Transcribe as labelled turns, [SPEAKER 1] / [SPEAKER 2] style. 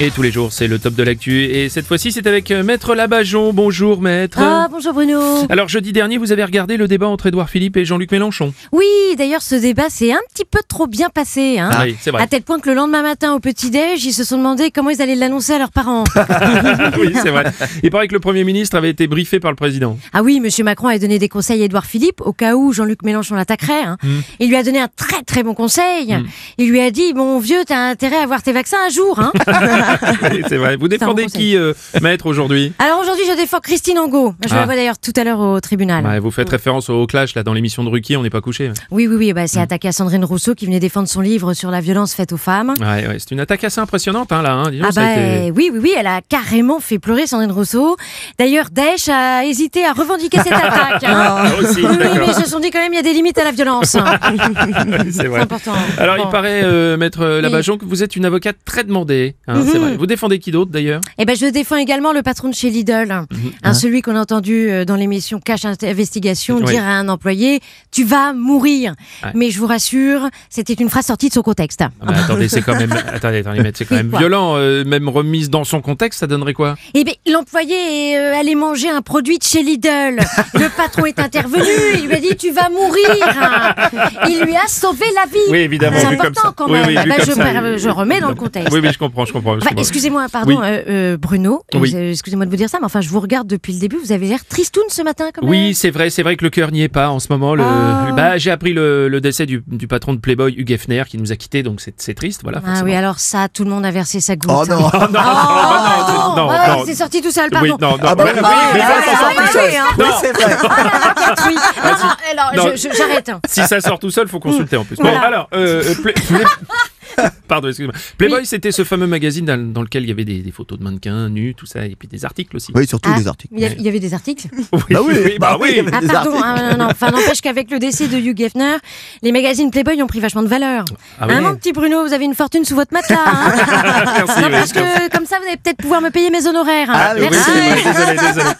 [SPEAKER 1] Et tous les jours, c'est le top de l'actu. Et cette fois-ci, c'est avec euh, Maître Labajon. Bonjour, Maître.
[SPEAKER 2] Ah, bonjour Bruno.
[SPEAKER 1] Alors, jeudi dernier, vous avez regardé le débat entre Édouard Philippe et Jean-Luc Mélenchon.
[SPEAKER 2] Oui, d'ailleurs, ce débat s'est un petit peu trop bien passé. Hein.
[SPEAKER 1] Ah oui, c'est vrai.
[SPEAKER 2] À tel point que le lendemain matin, au petit-déj, ils se sont demandé comment ils allaient l'annoncer à leurs parents.
[SPEAKER 1] Ah oui, c'est vrai. Il paraît que le Premier ministre avait été briefé par le président.
[SPEAKER 2] ah oui, Monsieur Macron avait donné des conseils à Édouard Philippe, au cas où Jean-Luc Mélenchon l'attaquerait. hein.
[SPEAKER 1] Hmm.
[SPEAKER 2] Il lui a donné un très très bon conseil. Il lui a dit, mon vieux, t'as intérêt à avoir tes vaccins un jour. Hein.
[SPEAKER 1] Oui, c'est vrai. Vous défendez
[SPEAKER 2] bon
[SPEAKER 1] qui, euh, Maître, aujourd'hui
[SPEAKER 2] Alors aujourd'hui, je défends Christine Angot. Je
[SPEAKER 1] Ah.
[SPEAKER 2] la vois d'ailleurs tout à l'heure au tribunal.
[SPEAKER 1] Ouais, Vous faites référence au clash, là, dans l'émission de Ruquier, on n'est pas couché.
[SPEAKER 2] Oui, oui, oui, bah,
[SPEAKER 1] Hmm.
[SPEAKER 2] c'est attaqué à Sandrine Rousseau qui venait défendre son livre sur la violence faite aux femmes.
[SPEAKER 1] Ouais, ouais, c'est une attaque assez impressionnante, hein, là. hein. Dis donc,
[SPEAKER 2] Ah
[SPEAKER 1] ça
[SPEAKER 2] bah
[SPEAKER 1] a été-
[SPEAKER 2] euh, oui, oui, oui, elle a carrément fait pleurer Sandrine Rousseau. D'ailleurs, Daesh a hésité à revendiquer cette attaque. hein.
[SPEAKER 1] Ah, aussi,
[SPEAKER 2] Oui, oui, mais
[SPEAKER 1] d'accord.
[SPEAKER 2] ils se sont dit quand même, il y a des limites à la violence.
[SPEAKER 1] C'est
[SPEAKER 2] C'est
[SPEAKER 1] vrai.
[SPEAKER 2] important.
[SPEAKER 1] Alors,
[SPEAKER 2] Bon.
[SPEAKER 1] il paraît, euh, Maître Labajon, que vous êtes une avocate très demandée. hein, C'est vrai. Vous défendez qui d'autre, d'ailleurs
[SPEAKER 2] Eh ben, je défends également le patron de chez Lidl,
[SPEAKER 1] Mhm.
[SPEAKER 2] hein, celui qu'on a entendu euh, dans l'émission Cash Investigation
[SPEAKER 1] Oui.
[SPEAKER 2] dire à un employé "Tu vas mourir".
[SPEAKER 1] Ouais.
[SPEAKER 2] Mais je vous rassure, c'était une phrase sortie de son contexte.
[SPEAKER 1] Ah bah attendez, c'est quand même, attendez, attendez, mais c'est quand même
[SPEAKER 2] Quoi
[SPEAKER 1] violent, euh, même remise dans son contexte, ça donnerait quoi
[SPEAKER 2] Eh bien, l'employé est euh, allé manger un produit de chez Lidl. Le patron est intervenu, il lui a dit tu vas mourir. Il lui a sauvé la vie.
[SPEAKER 1] Oui, évidemment,
[SPEAKER 2] C'est
[SPEAKER 1] vu comme
[SPEAKER 2] important
[SPEAKER 1] ça.
[SPEAKER 2] quand
[SPEAKER 1] Oui,
[SPEAKER 2] même.
[SPEAKER 1] oui, vu
[SPEAKER 2] Bah,
[SPEAKER 1] comme
[SPEAKER 2] je,
[SPEAKER 1] ça,
[SPEAKER 2] par-
[SPEAKER 1] oui.
[SPEAKER 2] je remets dans le contexte.
[SPEAKER 1] Oui, oui, je comprends, je comprends. je
[SPEAKER 2] Enfin,
[SPEAKER 1] comprends.
[SPEAKER 2] excusez-moi, pardon,
[SPEAKER 1] Oui.
[SPEAKER 2] euh, euh, Bruno.
[SPEAKER 1] Oui.
[SPEAKER 2] Euh, Excusez-moi de vous dire ça, mais enfin, je vous regarde depuis le début. Vous avez l'air tristoun ce matin, quand même.
[SPEAKER 1] Oui, c'est vrai, c'est vrai que le cœur n'y est pas en ce moment. Le...
[SPEAKER 2] Ah.
[SPEAKER 1] Bah, j'ai appris le, le décès du, du patron de Playboy, Hugh Hefner, qui nous a quittés, donc c'est c'est triste, voilà.
[SPEAKER 2] Ah oui, alors ça, tout le monde a versé sa goutte.
[SPEAKER 3] Oh non,
[SPEAKER 1] forcément. Ah bah non,
[SPEAKER 2] Oh,
[SPEAKER 1] non, non, non,
[SPEAKER 2] ouais,
[SPEAKER 1] non.
[SPEAKER 2] c'est sorti tout seul,
[SPEAKER 1] Oui,
[SPEAKER 2] pardon.
[SPEAKER 1] non, non,
[SPEAKER 3] Ah bah
[SPEAKER 1] ouais,
[SPEAKER 3] oui,
[SPEAKER 1] oui,
[SPEAKER 3] oui,
[SPEAKER 1] mais
[SPEAKER 3] oui,
[SPEAKER 1] ça
[SPEAKER 3] oui,
[SPEAKER 1] sort
[SPEAKER 3] oui,
[SPEAKER 1] tout
[SPEAKER 3] oui,
[SPEAKER 1] seul.
[SPEAKER 3] oui,
[SPEAKER 2] hein.
[SPEAKER 3] Oui,
[SPEAKER 1] Non.
[SPEAKER 3] c'est vrai.
[SPEAKER 2] Oui. Non, non, alors,
[SPEAKER 1] Non.
[SPEAKER 2] je- je- j'arrête. hein.
[SPEAKER 1] Si ça sort tout seul, faut consulter en plus. Bon,
[SPEAKER 2] Voilà.
[SPEAKER 1] alors, euh, euh, Play- Pardon, excusez-moi. Playboy, c'était ce fameux magazine dans, dans lequel il y avait des, des photos de mannequins nus, tout ça, et puis des articles aussi.
[SPEAKER 3] Oui, surtout
[SPEAKER 2] Ah,
[SPEAKER 3] les articles.
[SPEAKER 2] Il y a- il y avait des articles
[SPEAKER 3] Bah oui, bah oui, il y avait
[SPEAKER 2] Ah
[SPEAKER 3] des
[SPEAKER 2] pardon,
[SPEAKER 3] articles.
[SPEAKER 2] ah, non, non, enfin n'empêche qu'avec le décès de Hugh Hefner, les magazines Playboy ont pris vachement de valeur.
[SPEAKER 1] Ah
[SPEAKER 2] hein,
[SPEAKER 1] oui.
[SPEAKER 2] mon petit Bruno, vous avez une fortune sous votre matelas. hein.
[SPEAKER 1] Merci,
[SPEAKER 2] non,
[SPEAKER 1] oui,
[SPEAKER 2] parce que comme ça, vous allez peut-être pouvoir me payer mes honoraires. hein.
[SPEAKER 3] Ah oui,
[SPEAKER 1] Oui,
[SPEAKER 2] Merci.
[SPEAKER 1] c'est vrai, désolé, désolé.